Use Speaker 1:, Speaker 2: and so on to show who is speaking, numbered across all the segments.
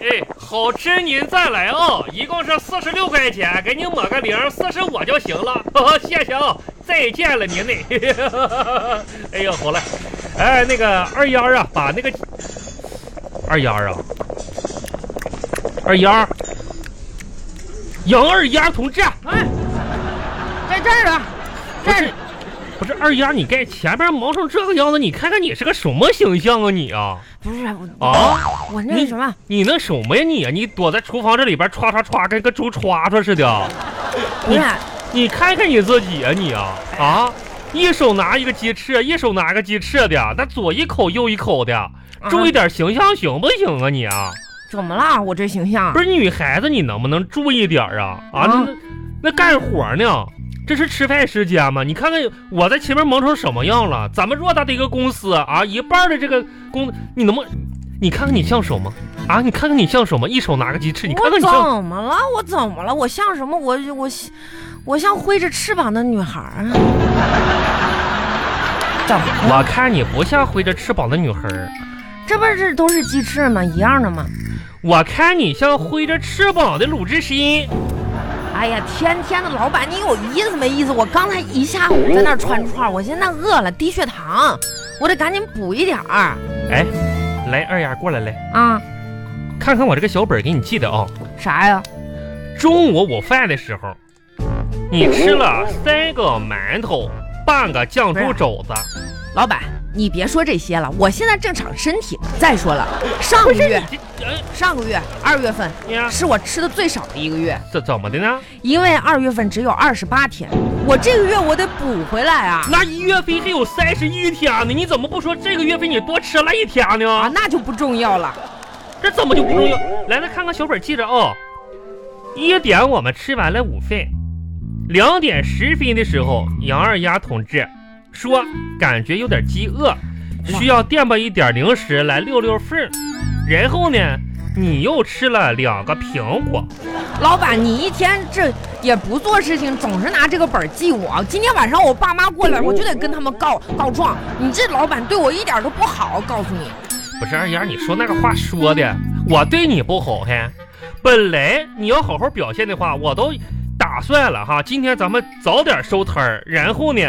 Speaker 1: 有，知哎您再来哦，一共是四十六块钱，给你抹个零，四十五就行了。 哦、谢谢哦，再见了您嘞。 哎呦，好嘞，哎，那个二丫啊，把那个二丫啊，二丫，杨二丫同志，啊
Speaker 2: 哎，在这儿啊，
Speaker 1: 不
Speaker 2: 这
Speaker 1: 是
Speaker 2: 儿
Speaker 1: 不是二丫，你该前面忙成这个样子，你看看你是个什么形象啊你啊
Speaker 2: 不是我，
Speaker 1: 啊！
Speaker 2: 我那
Speaker 1: 你
Speaker 2: 什么，
Speaker 1: 你那什么呀你啊？你躲在厨房这里边歘歘歘，跟个猪歘歘似的。啊
Speaker 2: 你俩
Speaker 1: 你看看你自己啊你啊啊！一手拿一个鸡翅，一手拿个鸡翅的，那左一口右一口的，注意
Speaker 2: 啊
Speaker 1: 点形象行不行啊你啊？
Speaker 2: 怎么了？我这形象
Speaker 1: 不是女孩子，你能不能注意点儿啊？啊，
Speaker 2: 啊
Speaker 1: 那那干活呢？这是吃饭时间吗？你看看我在前面忙成什么样了？咱们偌大的一个公司啊，一半的这个工，你能不能？你看看你像什么啊？你看看你像什么？一手拿个鸡翅，你看看
Speaker 2: 我
Speaker 1: 你像
Speaker 2: 怎么了？我怎么了？我像什么？我我我像挥着翅膀的女孩儿 啊？怎么了？
Speaker 1: 我看你不像挥着翅膀的女孩儿，
Speaker 2: 这不是都是鸡翅吗？一样的吗？
Speaker 1: 我看你像挥着翅膀的鲁智深。
Speaker 2: 哎呀，天天的老板，你有意思没意思？我刚才一下午在那儿串串，我现在饿了，低血糖，我得赶紧补一点儿
Speaker 1: 哎，来二丫过来来，
Speaker 2: 啊！
Speaker 1: 看看我这个小本儿给你记的啊、
Speaker 2: 啥呀？
Speaker 1: 中午午饭的时候，你吃了三个馒头，半个酱猪肘子。
Speaker 2: 老板，你别说这些了，我现在正长身体呢。再说了，上个嗯月，
Speaker 1: 这哎
Speaker 2: 上个月二月份
Speaker 1: 呀，
Speaker 2: 是我吃的最少的一个月，
Speaker 1: 这怎么的呢？
Speaker 2: 因为二月份只有二十八天，我这个月我得补回来啊！
Speaker 1: 那一月份还有三十一天呢，你怎么不说这个月份你多吃了一天
Speaker 2: 啊，
Speaker 1: 呢？
Speaker 2: 那就不重要了。
Speaker 1: 这怎么就不重要？来，来看看小本记着啊、一点我们吃完了午饭，两点十分的时候，杨二丫同志说感觉有点饥饿，需要垫吧一点零食来溜溜缝儿。然后呢，你又吃了两个苹果。
Speaker 2: 老板，你一天这也不做事情，总是拿这个本儿记我。今天晚上我爸妈过来，我就得跟他们告告状。你这老板对我一点都不好，告诉你。
Speaker 1: 不是二丫，你说那个话说的，我对你不好还。本来你要好好表现的话，我都打算了哈。今天咱们早点收摊儿，然后呢，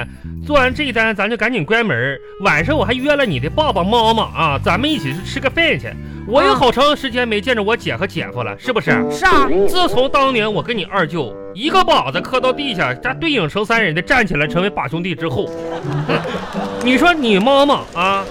Speaker 1: 做完这一单咱就赶紧关门儿。晚上我还约了你的爸爸妈妈啊，咱们一起去吃个饭去。我也
Speaker 2: 啊
Speaker 1: 好长时间没见着我姐和姐夫了，是不是？
Speaker 2: 是啊，
Speaker 1: 自从当年我跟你二舅一个膀子磕到地下，这对影成三人的站起来成为把兄弟之后，哼你说你妈妈啊，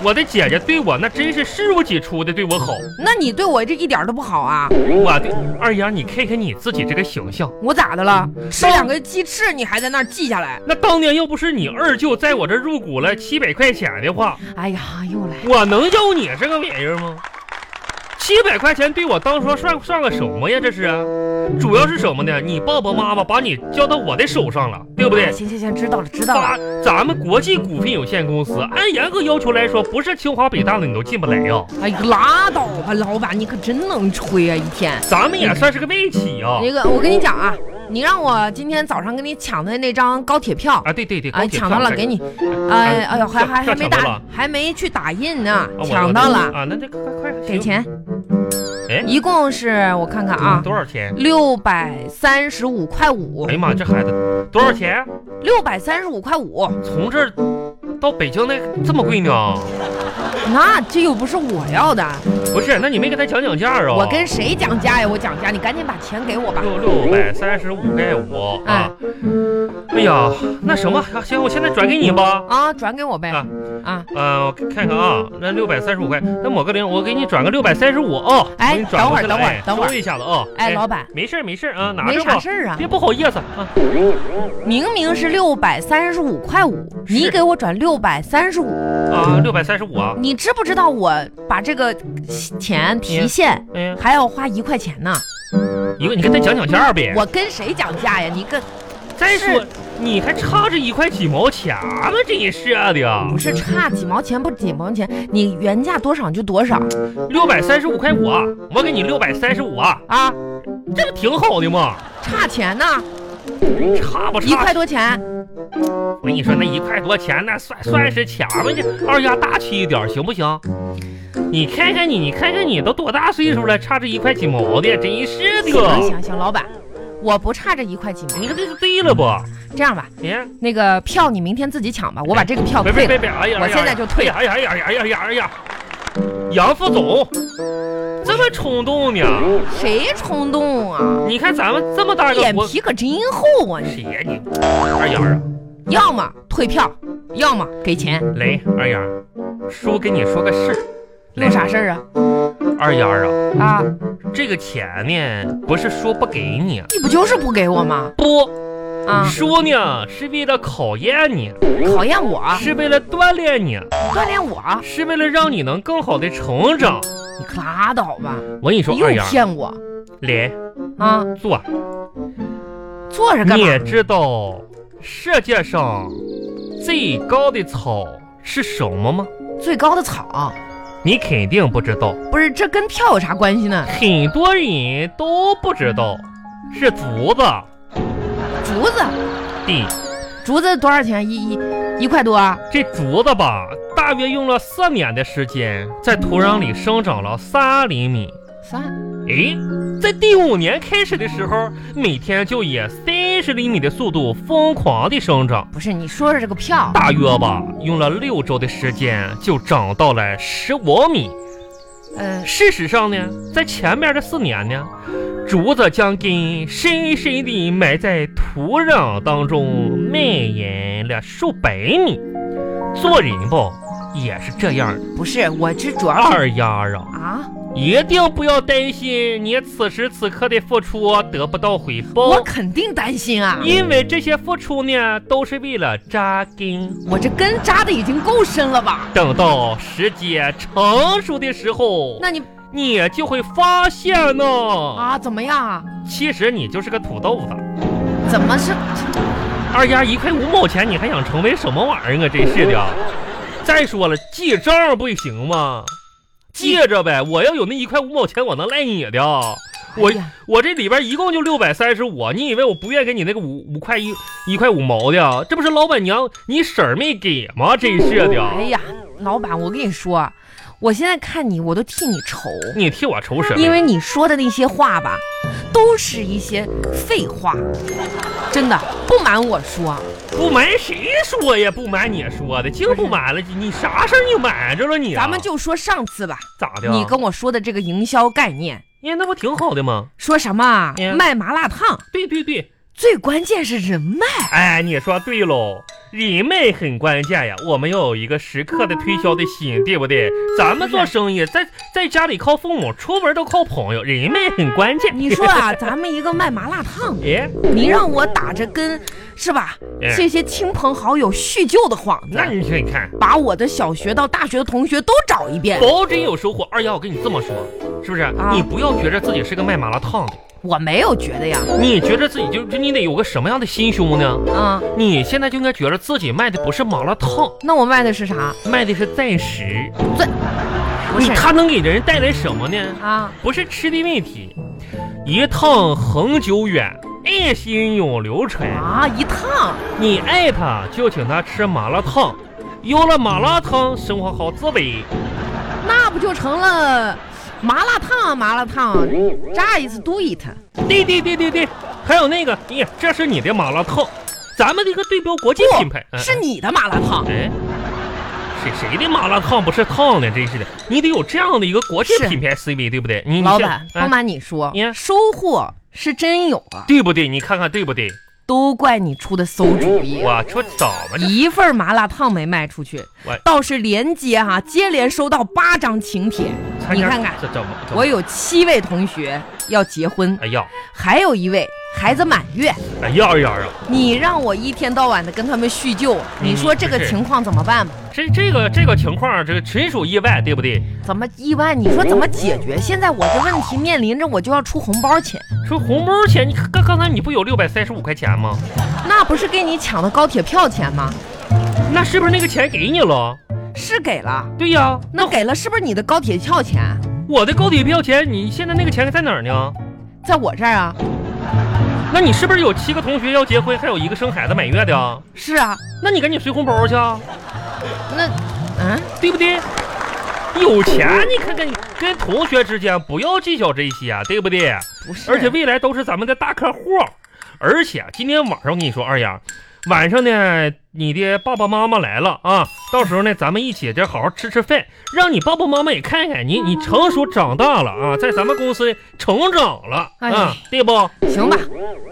Speaker 1: 我的姐姐对我那真是视如己出的对我好，
Speaker 2: 那你对我这一点都不好啊？
Speaker 1: 我对二丫，你看看你自己这个形象。
Speaker 2: 我咋的了？吃两个鸡翅，你还在那儿记下来？
Speaker 1: 那当年要不是你二舅在我这入股了七百块钱的话，
Speaker 2: 哎呀，又来了。
Speaker 1: 我能要你这个玩意儿吗？七百块钱对我当说算算个什么呀？这是啊，主要是什么呢？你爸爸妈妈把你交到我的手上了，对不对？
Speaker 2: 行行行，知道了知道了。
Speaker 1: 咱咱们国际股份有限公司，按严格要求来说，不是清华北大的你都进不来呀、
Speaker 2: 哎呀，拉倒吧，老板，你可真能吹啊！一天，
Speaker 1: 咱们也算是个外企呀、啊。
Speaker 2: 哦那个我跟你讲啊，你让我今天早上跟你抢的那张高铁票，
Speaker 1: 对对对，
Speaker 2: 啊，
Speaker 1: 高铁
Speaker 2: 抢到了，
Speaker 1: 上啊
Speaker 2: 给你。哎哎呦，还还
Speaker 1: 票票
Speaker 2: 还
Speaker 1: 抢
Speaker 2: 没
Speaker 1: 到了
Speaker 2: 打，还没去打印呢
Speaker 1: 啊，我
Speaker 2: 抢到了，
Speaker 1: 啊！那这快快快
Speaker 2: 给
Speaker 1: 行
Speaker 2: 钱
Speaker 1: 哎。
Speaker 2: 一共是我看看啊，
Speaker 1: 多少钱？
Speaker 2: 六百三十五块五
Speaker 1: 哎，呀妈，这孩子多少钱？
Speaker 2: 六百三十五块五，
Speaker 1: 从这儿到北京那这么贵呢？
Speaker 2: 那这又不是我要的，
Speaker 1: 不是，那你没给他讲讲价啊？
Speaker 2: 我跟谁讲价呀？我讲价，你赶紧把钱给我吧。
Speaker 1: 六六百三十五块五啊！哎呀，那什么，啊行，我现在转给你吧。
Speaker 2: 啊，转给我呗
Speaker 1: 啊。
Speaker 2: 啊，
Speaker 1: 呃，我看看啊，那六百三十五块，那抹个零，我给你转个六百三十五啊。
Speaker 2: 哎
Speaker 1: 我给你转过去了
Speaker 2: 等会儿
Speaker 1: 哎
Speaker 2: 等会儿
Speaker 1: 收一下子啊。
Speaker 2: 哎，老板，
Speaker 1: 没事儿没事儿啊，拿
Speaker 2: 没
Speaker 1: 着
Speaker 2: 啥
Speaker 1: 吧
Speaker 2: 事，儿啊，
Speaker 1: 别不好意思啊。
Speaker 2: 明明是六百三十五块五，你
Speaker 1: 是
Speaker 2: 给我转六百三十五，
Speaker 1: 啊，六百三十五啊，
Speaker 2: 你知不知道我把这个钱提现？
Speaker 1: 哎呀，
Speaker 2: 还要花一块钱呢。
Speaker 1: 一个你跟他讲讲价呗。
Speaker 2: 我跟谁讲价呀？你跟
Speaker 1: 再说
Speaker 2: 是
Speaker 1: 你还差这一块几毛钱吗？真是的
Speaker 2: 不，是差几毛钱不几毛钱，你原价多少就多少
Speaker 1: 六百三十五块五啊，我给你六百三十五啊，
Speaker 2: 啊？
Speaker 1: 这不挺好的吗？
Speaker 2: 差钱呢，
Speaker 1: 差不差？
Speaker 2: 一块多钱。
Speaker 1: 我跟你说，那一块多钱那算算是钱吗？这二丫大气一点行不行？你看看你，你看看你，都多大岁数了，差这一块几毛的，真是的。
Speaker 2: 行行行，老板，我不差这一块几毛。
Speaker 1: 你看这就对了不？
Speaker 2: 这样吧，
Speaker 1: 你看，
Speaker 2: 那个票你明天自己抢吧，我把这个票
Speaker 1: 别别
Speaker 2: 退
Speaker 1: 别
Speaker 2: 了。
Speaker 1: 别，哎呀，
Speaker 2: 哦我现在就退
Speaker 1: 哎呀哎呀哎呀哎呀哎呀！杨副总，这么冲动呢？
Speaker 2: 谁冲动啊？
Speaker 1: 你看咱们这么大个
Speaker 2: 脸
Speaker 1: 国，
Speaker 2: 皮可真厚啊！
Speaker 1: 谁呀你？二丫啊，
Speaker 2: 你要么退票，要么给钱。
Speaker 1: 来，二丫，叔跟你说个事儿。
Speaker 2: 有啥事儿啊？
Speaker 1: 二丫啊，
Speaker 2: 啊，
Speaker 1: 这个钱呢，不是说不给你，
Speaker 2: 你不就是不给我吗？
Speaker 1: 不，
Speaker 2: 啊，
Speaker 1: 叔呢是为了考验你，啊
Speaker 2: 考验我，
Speaker 1: 是为了锻炼你，
Speaker 2: 锻炼我，
Speaker 1: 是为了让你能更好的成长。
Speaker 2: 你可拉倒吧！
Speaker 1: 我跟你说
Speaker 2: 你，又
Speaker 1: 二丫，
Speaker 2: 骗我
Speaker 1: 来
Speaker 2: 啊！
Speaker 1: 坐，
Speaker 2: 坐着干
Speaker 1: 你
Speaker 2: 嘛？
Speaker 1: 也知道世界上最高的草是什么吗？
Speaker 2: 最高的草
Speaker 1: 你肯定不知道，
Speaker 2: 不是这跟票有啥关系呢？
Speaker 1: 很多人都不知道，是竹子。
Speaker 2: 竹子，
Speaker 1: 对，
Speaker 2: 竹子多少钱？一一一块多啊？
Speaker 1: 这竹子吧，大约用了四年的时间，在土壤里生长了三厘米。
Speaker 2: 三
Speaker 1: 诶，在第五年开始的时候，每天就以三十厘米的速度疯狂的生长，
Speaker 2: 不是？你说说这个票，
Speaker 1: 大约吧用了六周的时间就长到了十五米。
Speaker 2: 呃，
Speaker 1: 事实上呢，在前面的四年呢，竹子将根深深地埋在土壤当中，蔓延了数百米。做人吧也是这样的，
Speaker 2: 不是，我这主要是
Speaker 1: 二丫啊。
Speaker 2: 啊，
Speaker 1: 一定不要担心你此时此刻的付出得不到回
Speaker 2: 我
Speaker 1: 报，
Speaker 2: 肯定担心啊，
Speaker 1: 因为这些付出呢，都是为了扎根。
Speaker 2: 我这根扎的已经够深了吧？
Speaker 1: 等到时节成熟的时候，
Speaker 2: 那你
Speaker 1: 你就会发现呢，
Speaker 2: 啊，怎么样啊？
Speaker 1: 其实你就是个土豆子。
Speaker 2: 怎么是
Speaker 1: 二丫一块五毛钱，你还想成为什么玩意儿啊？真是 的。再说了，记账不行吗？
Speaker 2: 记
Speaker 1: 记着呗，我要有那一块五毛钱，我能赖你的。我
Speaker 2: 哎呀
Speaker 1: 我这里边一共就六百三十五，你以为我不愿意给你那个五五块一一块五毛的啊？这不是老板娘你婶儿没给吗？真是
Speaker 2: 哎
Speaker 1: 的，
Speaker 2: 呀，老板，我跟你说，我现在看你，我都替你愁，
Speaker 1: 你替我愁什么？
Speaker 2: 因为你说的那些话吧，都是一些废话，真的。不瞒我说，
Speaker 1: 不瞒谁说呀，不瞒你说的，净不瞒了。你啥事儿你瞒着了你啊、
Speaker 2: 咱们就说上次吧，
Speaker 1: 咋的啊？
Speaker 2: 你跟我说的这个营销概念，
Speaker 1: 哎，那不挺好的吗？
Speaker 2: 说什么啊
Speaker 1: 嗯
Speaker 2: 卖麻辣烫，
Speaker 1: 对对对，
Speaker 2: 最关键是人脉。
Speaker 1: 哎，你说对喽，人脉很关键呀。我们要有一个时刻的推销的心，对不对？咱们做生意，在在家里靠父母，出门都靠朋友，人脉很关键。
Speaker 2: 你说啊，咱们一个卖麻辣烫，
Speaker 1: 哎，
Speaker 2: 你让我打着跟，是吧？
Speaker 1: 嗯
Speaker 2: 这些亲朋好友叙旧的幌
Speaker 1: 那
Speaker 2: 子，
Speaker 1: 你说你看，
Speaker 2: 把我的小学到大学的同学都找一遍。
Speaker 1: 保真有收获。二丫，我跟你这么说，是不是？
Speaker 2: 啊
Speaker 1: 你不要觉着自己是个卖麻辣烫的，
Speaker 2: 我没有觉得呀，
Speaker 1: 你觉着自己就是你得有个什么样的心胸呢？
Speaker 2: 啊、
Speaker 1: 你现在就应该觉着自己卖的不是麻辣烫，
Speaker 2: 那我卖的是啥？
Speaker 1: 卖的是暂时。
Speaker 2: 不
Speaker 1: 你
Speaker 2: 是
Speaker 1: 它能给人带来什么呢？
Speaker 2: 啊，
Speaker 1: 不是吃的问题，一趟恒久远，爱心永流传。
Speaker 2: 啊，一趟
Speaker 1: 你爱他就请他吃麻辣烫，有了麻辣烫，生活好滋味。
Speaker 2: 那不就成了麻辣烫啊？麻辣烫啊，just do it。
Speaker 1: 对对对对对，还有那个，你这是你的麻辣烫，咱们的一个对标国际品牌。嗯
Speaker 2: 是你啊的麻辣烫，
Speaker 1: 哎，谁谁的麻辣烫不是烫的？真是的，你得有这样的一个国际
Speaker 2: 是
Speaker 1: 品牌 CV，对不对？你
Speaker 2: 老板
Speaker 1: 你，先
Speaker 2: 不
Speaker 1: 哎
Speaker 2: 瞒你说
Speaker 1: 你，
Speaker 2: 收获是真有啊，
Speaker 1: 对不对？你看看对不对？
Speaker 2: 都怪你出的馊主意。啊
Speaker 1: 我说怎么这
Speaker 2: 一份麻辣烫没卖出去
Speaker 1: 我，
Speaker 2: 倒是连接哈、接连收到八张请帖。你看看，
Speaker 1: 这怎么？怎么
Speaker 2: 我有七位同学要结婚，
Speaker 1: 哎呀，
Speaker 2: 还有一位孩子满月。
Speaker 1: 哎呀哎呀哎呀！
Speaker 2: 你让我一天到晚的跟他们叙旧，
Speaker 1: 嗯
Speaker 2: 你说这个
Speaker 1: 是
Speaker 2: 情况怎么办吧？
Speaker 1: 这这个这个情况，这个纯属意外，对不对？
Speaker 2: 怎么意外？你说怎么解决？现在我这问题面临着，我就要出红包钱，
Speaker 1: 说红包钱，你刚刚才你不有六百三十五块钱吗？
Speaker 2: 那不是跟你抢的高铁票钱吗？
Speaker 1: 那是不是那个钱给你了？
Speaker 2: 是给了，
Speaker 1: 对呀、
Speaker 2: 那给了是不是你的高铁票钱？
Speaker 1: 我的高铁票钱，你现在那个钱在哪儿呢？
Speaker 2: 在我这儿啊，
Speaker 1: 那你是不是有七个同学要结婚，还有一个生孩子满月的啊？
Speaker 2: 是啊，
Speaker 1: 那你赶紧随红包去，啊，
Speaker 2: 那，嗯，
Speaker 1: 对不对？有钱，你看跟跟同学之间不要计较这些，啊对不对？
Speaker 2: 不是，
Speaker 1: 而且未来都是咱们的大客户。而且啊今天晚上我跟你说，二丫，晚上呢，你的爸爸妈妈来了啊，到时候呢，咱们一起这好好吃吃饭，让你爸爸妈妈也看看
Speaker 2: 嗯
Speaker 1: 你，你成熟长大了啊，在咱们公司成长了啊
Speaker 2: 哎，
Speaker 1: 对不？
Speaker 2: 行吧，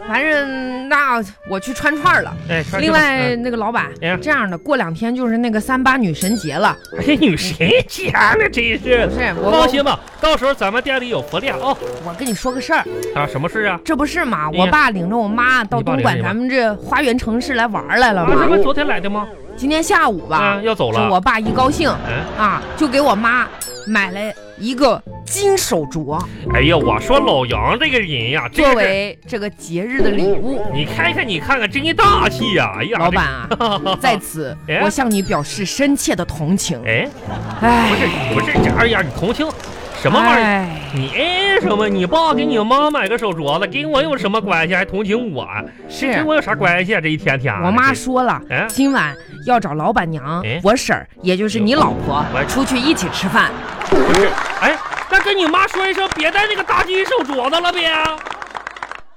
Speaker 2: 反正那我去穿串儿嗯了。
Speaker 1: 哎，穿这
Speaker 2: 另
Speaker 1: 个
Speaker 2: 外，，那个老板
Speaker 1: 哎呀，
Speaker 2: 这样的，过两天就是那个三八女神节了。
Speaker 1: 嗯哎，女谁家呢？真是
Speaker 2: 不。是我，
Speaker 1: 放
Speaker 2: 我
Speaker 1: 心吧，到时候咱们店里有佛链哦。
Speaker 2: 我跟你说个事儿，
Speaker 1: 啊，什么事啊？
Speaker 2: 这不是嘛？
Speaker 1: 哎呀
Speaker 2: 我爸领着我妈到
Speaker 1: 你爸
Speaker 2: 东
Speaker 1: 领着
Speaker 2: 莞
Speaker 1: 你妈
Speaker 2: 咱们这花园城市来玩儿来了
Speaker 1: 啊，这
Speaker 2: 嘛
Speaker 1: 不。昨天来的吗？
Speaker 2: 今天下午吧
Speaker 1: 啊，，要走
Speaker 2: 这
Speaker 1: 了。
Speaker 2: 我爸一高兴
Speaker 1: 嗯，
Speaker 2: 啊，就给我妈买了一个金手镯
Speaker 1: 哎呀，我说老杨这个人呀，这
Speaker 2: 作
Speaker 1: 个人
Speaker 2: 为这个节日的礼物。
Speaker 1: 你看看，你看看，真大气呀！哎呀，
Speaker 2: 老板 啊，在此
Speaker 1: 哎
Speaker 2: 我向你表示深切的同情
Speaker 1: 这，。哎，不
Speaker 2: 哎，
Speaker 1: 是不是，这二丫你同情什么玩意儿？
Speaker 2: 哎
Speaker 1: 你哎什么？你爸给你妈买个手镯子，跟我有什么关系？还同情我？
Speaker 2: 是
Speaker 1: 跟我有啥关系啊？这一天天的，
Speaker 2: 我妈
Speaker 1: 这
Speaker 2: 说了
Speaker 1: 哎，
Speaker 2: 今晚要找老板娘
Speaker 1: 哎，
Speaker 2: 我婶儿，也就是你老婆
Speaker 1: 我，
Speaker 2: 出去一起吃饭。
Speaker 1: 哎，那跟你妈说一声，别戴那个大金手镯子了呗。